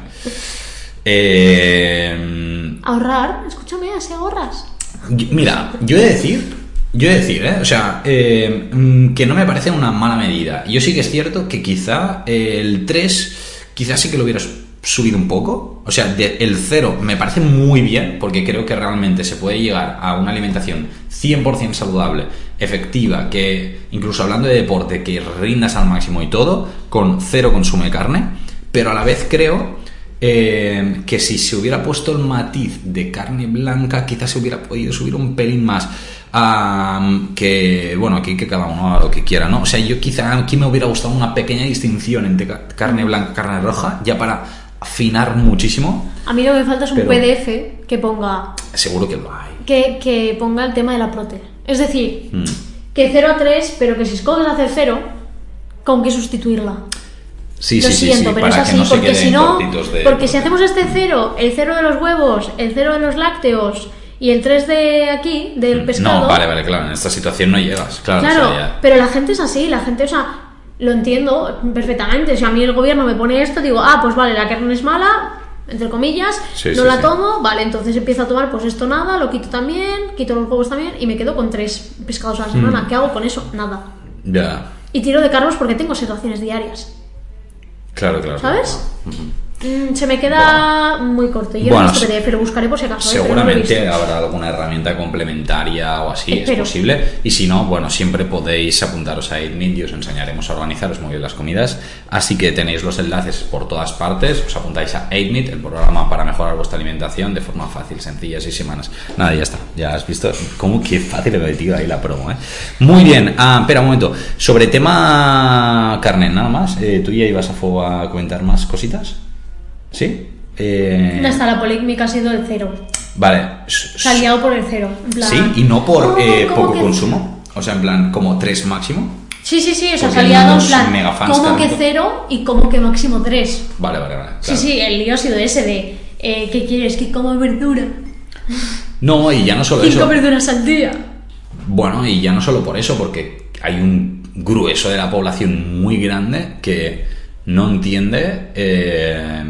B: Eh,
A: Ahorrar, escúchame, ¿eh? así ahorras.
B: yo- mira, yo he de decir, yo he de decir, ¿eh? o sea, eh, mm, que no me parece una mala medida. Yo sí que es cierto que quizá eh, el 3, quizás sí que lo hubieras subido un poco. O sea, de- el 0 me parece muy bien, porque creo que realmente se puede llegar a una alimentación 100% saludable, efectiva, que incluso hablando de deporte, que rindas al máximo y todo, con cero consumo de carne, pero a la vez creo eh, que si se hubiera puesto el matiz de carne blanca, quizás se hubiera podido subir un pelín más. Am, que, bueno, aquí que cada uno haga lo que quiera, ¿no? O sea, yo quizá aquí me hubiera gustado una pequeña distinción entre ca- carne blanca y carne roja, ya para afinar muchísimo.
A: A mí lo que me falta es un
B: Pero-
A: PDF que ponga,
B: Seguro que lo hay.
A: que, que ponga el tema de la prote. Es decir,
B: Mm.
A: que 0 a 3, pero que si escoges hacer 0, ¿con qué sustituirla?
B: Sí,
A: Lo
B: sí, sí,
A: siento,
B: sí,
A: pero
B: para
A: es así,
B: que no se
A: porque
B: queden
A: si no,
B: cortitos de...
A: porque si hacemos este 0, el 0 de los huevos, el 0 de los lácteos y el 3 de aquí, del pescado.
B: Mm, No, vale, vale, claro, en esta situación no llegas, claro. Ah, o sea,
A: Claro,
B: ya-
A: pero la gente es así, la gente, o sea, lo entiendo perfectamente. Si a mí el gobierno me pone esto, digo, ah, pues vale, la carne es mala, entre comillas,
B: Sí,
A: no
B: sí,
A: la
B: sí.
A: tomo, vale, entonces empiezo a tomar pues esto nada, lo quito también, quito los huevos también y me quedo con tres pescados a la semana.
B: Mm.
A: ¿Qué hago con eso? Nada.
B: Ya,
A: Y tiro de carros porque tengo situaciones diarias.
B: claro, claro.
A: ¿Sabes? Mm, se me queda muy corto. Yo
B: Bueno,
A: no sé
B: se-
A: pero buscaré por si acaso. ¿eh? Pero no lo he
B: Seguramente habrá alguna herramienta complementaria o así, es
A: Espero.
B: posible. Y si no, bueno, siempre podéis apuntaros a IDMIT y os enseñaremos a organizaros muy bien las comidas. Así que tenéis los enlaces por todas partes, os apuntáis a IDMIT, el programa para mejorar vuestra alimentación de forma fácil, sencilla y semanas. Nada, ya está, ya has visto cómo que fácil he metido ahí la promo, ¿eh? Muy bien, ah, espera un momento. Sobre tema carne, nada más, eh, ¿tú ya ibas a fuego a comentar más cositas? ¿Sí? Eh,
A: visto. Hasta la polémica ha sido el cero.
B: Vale. s-
A: Se ha liado por el cero. en plan-
B: Sí, y no por eh,
A: ¿cómo
B: poco
A: que-
B: consumo. O sea, en plan, como tres máximo.
A: Sí, sí, sí, o sea,
B: Porque
A: se ha liado
B: unos
A: en plan
B: mega fans
A: como que
B: tanto.
A: cero y como que máximo tres.
B: Vale, vale, vale.
A: Sí,
B: claro.
A: sí, el lío ha sido ese de eh, ¿qué quieres? Que como verdura.
B: No, y ya no solo
A: Cinco
B: eso.
A: verduras al día.
B: Bueno, y ya no solo por eso, porque hay un grueso de la población muy grande que no entiende eh,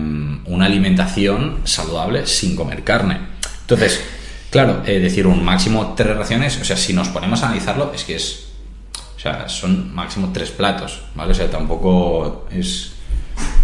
B: una alimentación saludable sin comer carne. Entonces, claro, eh, decir un máximo tres raciones, o sea, si nos ponemos a analizarlo, es que es. O sea, son máximo tres platos, ¿vale? O sea, tampoco es.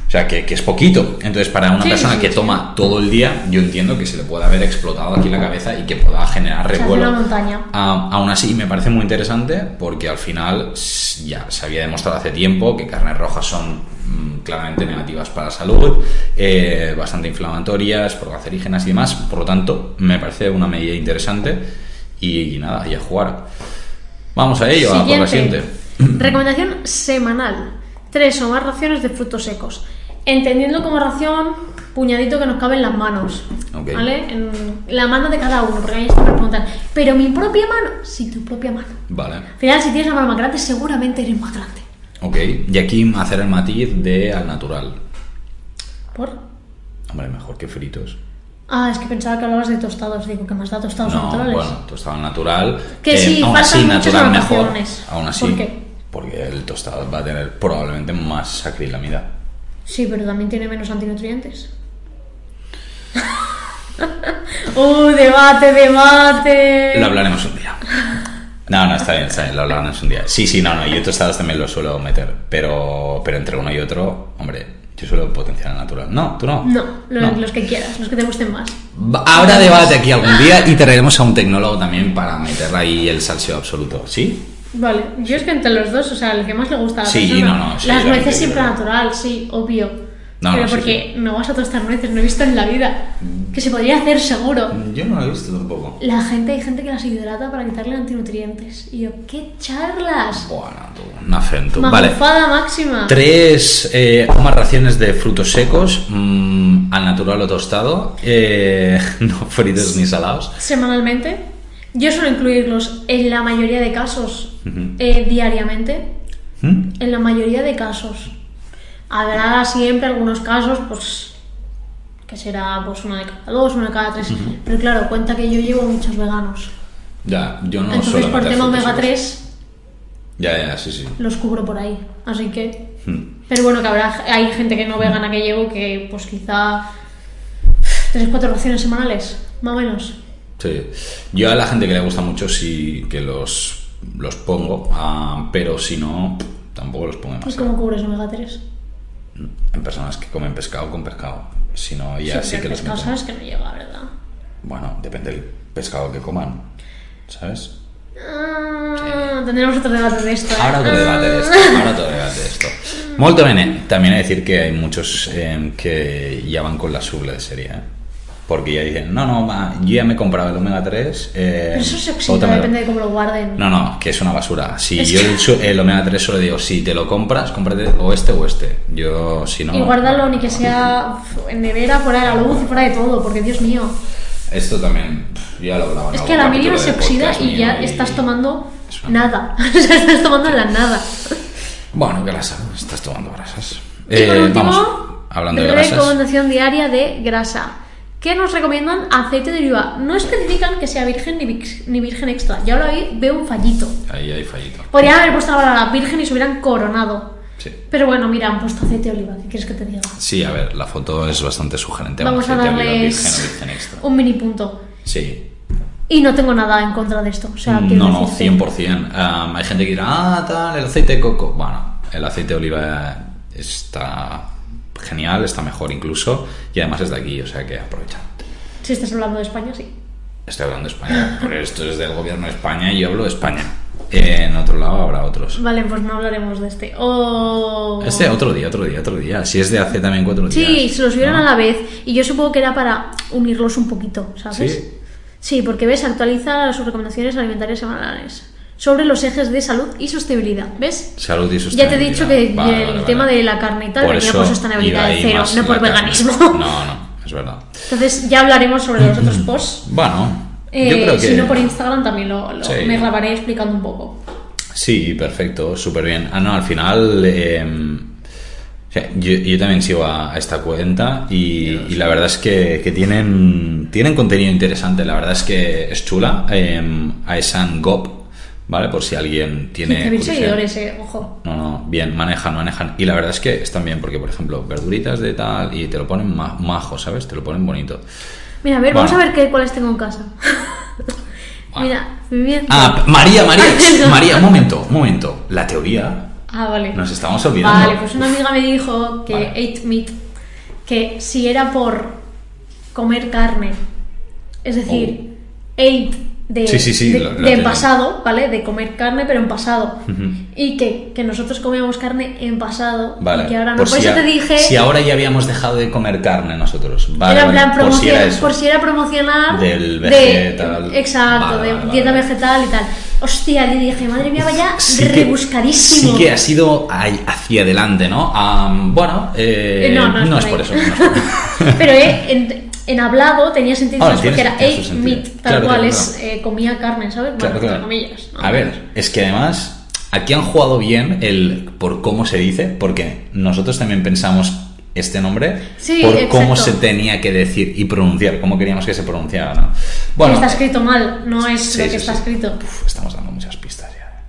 B: O sea, que, que es poquito. Entonces, para una
A: Sí,
B: persona
A: sí,
B: que
A: sí.
B: toma todo el día, yo entiendo que se le pueda haber explotado aquí la cabeza y que pueda generar
A: hace
B: revuelo.
A: una montaña.
B: Ah, aún así, me parece muy interesante porque al final s- ya se había demostrado hace tiempo que carnes rojas son mm, claramente negativas para la salud, eh, bastante inflamatorias, cancerígenas y demás. Por lo tanto, me parece una medida interesante y, y nada, y a jugar. Vamos a ello, a por la siguiente.
A: Recomendación semanal. Tres o más raciones de frutos secos. Entendiendo como ración, puñadito que nos cabe en las manos.
B: Ok.
A: ¿Vale? En la mano de cada uno, porque ahí siempre preguntan, pero mi propia mano, sí, tu propia mano.
B: Vale,
A: Al final, si tienes la mano más grande, seguramente eres más grande.
B: ok. Y aquí hacer el matiz de al natural.
A: ¿Por?
B: Hombre, mejor que fritos.
A: Ah, es que pensaba que hablabas de tostados, digo, que más da tostados
B: No,
A: naturales.
B: bueno, tostado natural. eh,
A: Que sí,
B: aún
A: faltan
B: así,
A: muchas
B: natural mejor.
A: adaptaciones.
B: Aún así,
A: ¿Por qué?
B: porque el tostado va a tener probablemente más sacrilamida.
A: Sí, pero también tiene menos antinutrientes. ¡Uh, debate, debate!
B: Lo hablaremos un día. No, no, está bien, está bien, lo hablaremos un día. Sí, sí, no, no, yo tostadas también lo suelo meter, pero, pero entre uno y otro, hombre, yo suelo potenciar el natural. No, tú no.
A: No, lo- los que quieras, los que te gusten más.
B: Va- Habrá debate aquí algún día y traeremos a un tecnólogo también para meter ahí el salseo absoluto, ¿sí?
A: Vale, yo es que entre los dos, o sea, el que más le gusta a la
B: Sí,
A: persona.
B: no, no, sí,
A: Las
B: yo
A: nueces
B: también,
A: siempre
B: yo-
A: natural, sí, obvio.
B: No,
A: pero
B: no, sí, Mm.
A: porque no vas a tostar nueces, no he visto en la vida. Que se podría hacer seguro.
B: Yo no lo he visto tampoco.
A: La gente, hay gente que las hidrata para quitarle antinutrientes. Y yo, ¿qué charlas?
B: Bueno, tú, un acento. Vale.
A: Magufada máxima.
B: Tres eh, o más raciones de frutos secos, mm, al natural o tostado, eh, no fritos ni salados.
A: semanalmente. Yo suelo incluirlos en la mayoría de casos
B: Ujú.
A: eh, diariamente.
B: ¿Mm?
A: En la mayoría de casos. Habrá siempre algunos casos, pues que será pues una de cada dos, una de cada tres. Pero claro, cuenta que yo llevo muchos veganos.
B: Ya, yo no
A: Entonces,
B: suelo
A: por
B: meter
A: tema
B: frutos
A: omega
B: secos.
A: 3,
B: Ya, ya, sí, sí.
A: los cubro por ahí. Así que.
B: Mm.
A: Pero bueno, que habrá hay gente que no vegana que llevo que, pues quizá. tres, cuatro raciones semanales, más o menos.
B: Sí. Yo a la gente que le gusta mucho sí que los, los pongo, ah, pero si no, tampoco los pongo
A: Pues
B: demasiado.
A: como cubres omega 3.
B: En personas que comen pescado con pescado. Si no, ya sí,
A: Siempre
B: que los
A: pescado,
B: meto.
A: sabes que no llega, ¿verdad?
B: Bueno, depende del pescado que coman, ¿sabes?
A: Ah, Tendremos otro debate de esto. ¿eh?
B: Ahora otro debate de esto,
A: Ah.
B: ahora otro debate de esto. Molto bene. También hay que decir que hay muchos eh, que ya van con la subla de serie, ¿eh? Porque ya dicen, no, no, ma, yo ya me he comprado el omega 3. eh,
A: Pero eso se
B: o
A: oxida,
B: también-
A: depende de cómo lo guarden.
B: No, no, que es una basura. Si
A: Es
B: yo
A: que-
B: el, su- el omega 3 solo digo, si te lo compras, cómprate o este o este. Yo, si no.
A: y guárdalo ni que sea uf, en nevera, fuera de la luz y fuera de todo, porque Dios mío.
B: Esto también, pff, ya lo hablaba. en
A: es
B: algún
A: que a la mínima
B: capítulo
A: se
B: de
A: oxida
B: podcast
A: y
B: mío
A: ya estás tomando
B: Es una-
A: nada. O sea, estás tomando la nada.
B: Bueno, grasa, estás tomando grasas.
A: y por
B: Eh,
A: último,
B: vamos, hablando de grasas.
A: recomendación diaria de grasa. ¿Qué nos recomiendan? Aceite de oliva. No especifican que sea virgen ni, vix- ni virgen extra. Yo ahora ahí veo un fallito.
B: Ahí hay fallito.
A: Podrían haber puesto la palabra virgen y se hubieran coronado.
B: Sí.
A: Pero bueno, mira, han puesto aceite de oliva, ¿qué quieres que te diga?
B: Sí, a ver, la foto es bastante sugerente.
A: Vamos a
B: sí, te olvidas, virgen o
A: darles
B: virgen extra.
A: un mini punto.
B: Sí.
A: Y no tengo nada en contra de esto. O sea, quiero
B: Mm, No, no,
A: decirte-
B: 100%. Um, hay gente que dirá, ah, tal, el aceite de coco. Bueno, el aceite de oliva está genial, está mejor incluso. Y además es de aquí, o sea que aprovecha.
A: Si estás hablando de España, sí.
B: Estoy hablando de España, porque esto es del gobierno de España y yo hablo de España. Eh, en otro lado habrá otros.
A: Vale, pues no hablaremos de este. O...
B: Este otro día, otro día, otro día. Si es de hace también cuatro días.
A: Sí, se los vieron
B: ¿no?
A: a la vez. Y yo supongo que era para unirlos un poquito, ¿sabes?
B: Sí.
A: Sí, porque ves, actualiza sus recomendaciones alimentarias semanales sobre los ejes de salud y sostenibilidad. ¿ves?
B: Salud
A: Ya te
B: y
A: he
B: sostenibilidad.
A: dicho que
B: Vale,
A: el
B: vale, vale.
A: tema de la carne y tal
B: Por
A: venía
B: eso
A: por sostenibilidad
B: iba
A: de
B: ahí
A: cero,
B: más
A: no por
B: la carne.
A: veganismo.
B: No, no, es verdad.
A: Entonces ya hablaremos sobre los otros posts.
B: Bueno,
A: Eh,
B: yo creo que.
A: Si no por Instagram también lo, lo-
B: Sí.
A: me grabaré explicando un poco.
B: Sí, perfecto, súper bien. Ah, no, al final. eh, o sea, yo, yo también sigo a, a esta cuenta y, y la verdad es que, que tienen, tienen contenido interesante. La verdad es que es chula. Eh, Aesan em, Gop ¿vale? Por si alguien tiene...
A: 15.000
B: curiosidad.
A: seguidores, eh, ojo.
B: No, no, bien, manejan, manejan. Y la verdad es que están bien, porque por ejemplo, verduritas de tal, y te lo ponen ma- majo, ¿sabes? Te lo ponen bonito.
A: Mira, a ver,
B: Bueno.
A: vamos a ver qué cuáles tengo en casa.
B: Bueno.
A: Mira, bien.
B: Ah, María, María,
A: No.
B: María, un momento, un momento. La teoría,
A: Ah, vale.
B: nos estamos olvidando.
A: Vale, pues una amiga me dijo que
B: Vale.
A: ate meat, que si era por comer carne, es decir, ate de,
B: Oh. Sí, sí, sí,
A: de,
B: lo- lo
A: de
B: tenía.
A: en pasado, ¿vale? De comer carne, pero en pasado.
B: Ujú.
A: Y que, que nosotros comíamos carne en pasado
B: Vale,
A: y que ahora no. Por,
B: por si
A: eso
B: a-
A: te dije,
B: Si ahora ya habíamos dejado de comer carne nosotros. Vale,
A: era en
B: vale,
A: plan
B: por si era
A: promocionar,
B: eso.
A: por si era promocionar
B: Del
A: de-
B: vegetal.
A: exacto,
B: Vale,
A: de
B: vale,
A: dieta
B: vale.
A: vegetal y tal. Hostia, le dije, madre mía, vaya
B: Sí que-
A: rebuscadísimo.
B: Sí que ha sido ahí- hacia adelante, ¿no? Am, bueno, eh,
A: Eh, no, no es por
B: es
A: ahí.
B: por eso. no es por eso.
A: Pero eh, en, en hablado tenía sentido
B: Ahora,
A: más
B: tiene-
A: porque era
B: tiene su
A: ate
B: sentido.
A: meat, tal
B: Claro,
A: cual
B: claro,
A: es eh, comía carne, ¿sabes? Bueno,
B: Claro, claro.
A: entre comillas. ¿no?
B: A ver, es que además aquí han jugado bien el por cómo se dice, porque nosotros también pensamos este nombre
A: Sí,
B: por
A: exacto.
B: cómo se tenía que decir y pronunciar, cómo queríamos que se pronunciara, ¿no? Bueno, eh,
A: está escrito mal, no es
B: sí,
A: lo que
B: sí,
A: está
B: sí.
A: escrito.
B: uf, estamos dando muchas pistas ya. ¿eh?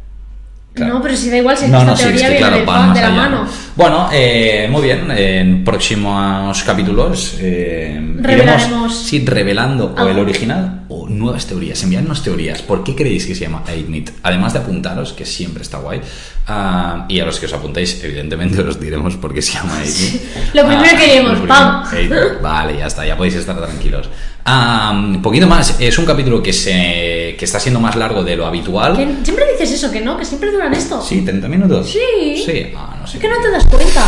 B: Claro.
A: No, pero si da igual si es que
B: No,
A: esta
B: no, sí,
A: teoría
B: es que
A: viene
B: claro,
A: del
B: van
A: pan
B: más
A: de la
B: allá,
A: mano.
B: ¿no? Bueno, eh, muy bien, en próximos capítulos eh, iremos,
A: Revelaremos
B: sí, revelando o
A: algo.
B: el original o nuevas teorías. Enviadnos teorías. ¿Por qué creéis que se llama Ignit? Además de apuntaros, que siempre está guay, ah, y a los que os apuntéis, evidentemente os diremos por qué se llama Ignit.
A: Lo primero que lleguemos,
B: lo
A: pam.
B: primero. Ey, Vale, ya está, ya podéis estar tranquilos. Ah, Un poquito más, es un capítulo que, se, que está siendo más largo de lo habitual.
A: Que siempre dices eso, que no, que siempre duran esto.
B: Sí, 30 minutos.
A: Sí.
B: Sí, ah, no sé.
A: Es que no te das cuenta.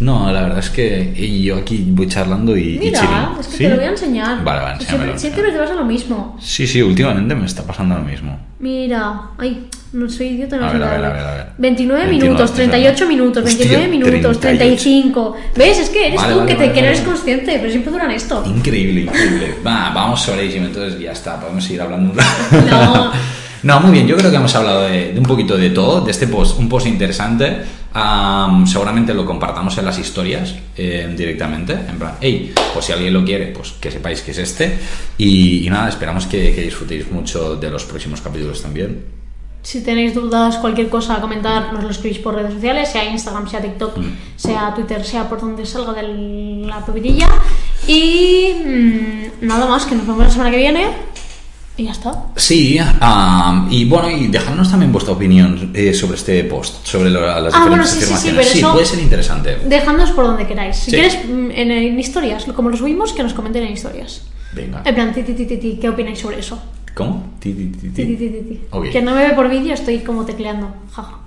B: No, la verdad es que y yo aquí voy charlando y, y
A: Mira,
B: chilling.
A: es que
B: ¿Sí?
A: te lo voy a enseñar.
B: Vale, vale,
A: Y
B: enséñamelo,
A: Siempre, siempre te vas a lo mismo.
B: Sí, sí, últimamente me está pasando lo mismo.
A: Mira, ay, no soy idiota, no
B: A
A: soy
B: ver, a ver,
A: nada.
B: a ver, a ver.
A: 29
B: 29,
A: minutos,
B: es
A: 38
B: verdad.
A: minutos,
B: Hostia,
A: 29 minutos, 35. ¿Ves? Es que eres
B: Vale,
A: tú
B: vale,
A: que, te,
B: vale,
A: que no
B: vale.
A: eres consciente, pero siempre duran esto.
B: Increíble, increíble. Va, vamos sobrísimo, entonces ya está, podemos seguir hablando un rato.
A: No.
B: No, muy bien, yo creo que hemos hablado de, de un poquito de todo, de este post, un post interesante. Am, seguramente lo compartamos en las historias eh, directamente, en plan, hey, pues si alguien lo quiere, pues que sepáis que es este. Y, y nada, esperamos que, que disfrutéis mucho de los próximos capítulos también.
A: Si tenéis dudas, cualquier cosa a comentar, nos lo escribís por redes sociales, sea Instagram, sea TikTok, sea Twitter, sea por donde salga de la pepitilla. Y mm, nada más, que nos vemos la semana que viene. Y ya está.
B: Sí, am, y bueno, y dejarnos también vuestra opinión eh, sobre este post, sobre lo- las
A: Ah,
B: diferentes
A: bueno, sí, sí, sí,
B: afirmaciones.
A: pero eso-
B: puede ser interesante.
A: Dejadnos por donde queráis. Si
B: Sí.
A: quieres, mm, en, en historias, como lo subimos, que nos comenten en historias.
B: Venga.
A: En plan, ti, ti, ti, ti, ti, ¿qué opináis sobre eso?
B: ¿Cómo? Ti, ti, ti, ti.
A: Ti, ti, ti, ti, ti.
B: Ok.
A: Que no me ve por vídeo, estoy como tecleando. Jaja.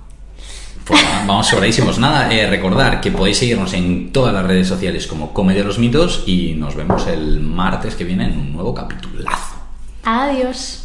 B: Pues nada, vamos sobradísimos. Nada, eh, recordar que podéis seguirnos en todas las redes sociales como Comedia los Mitos y nos vemos el martes que viene en un nuevo capitulazo.
A: Adiós.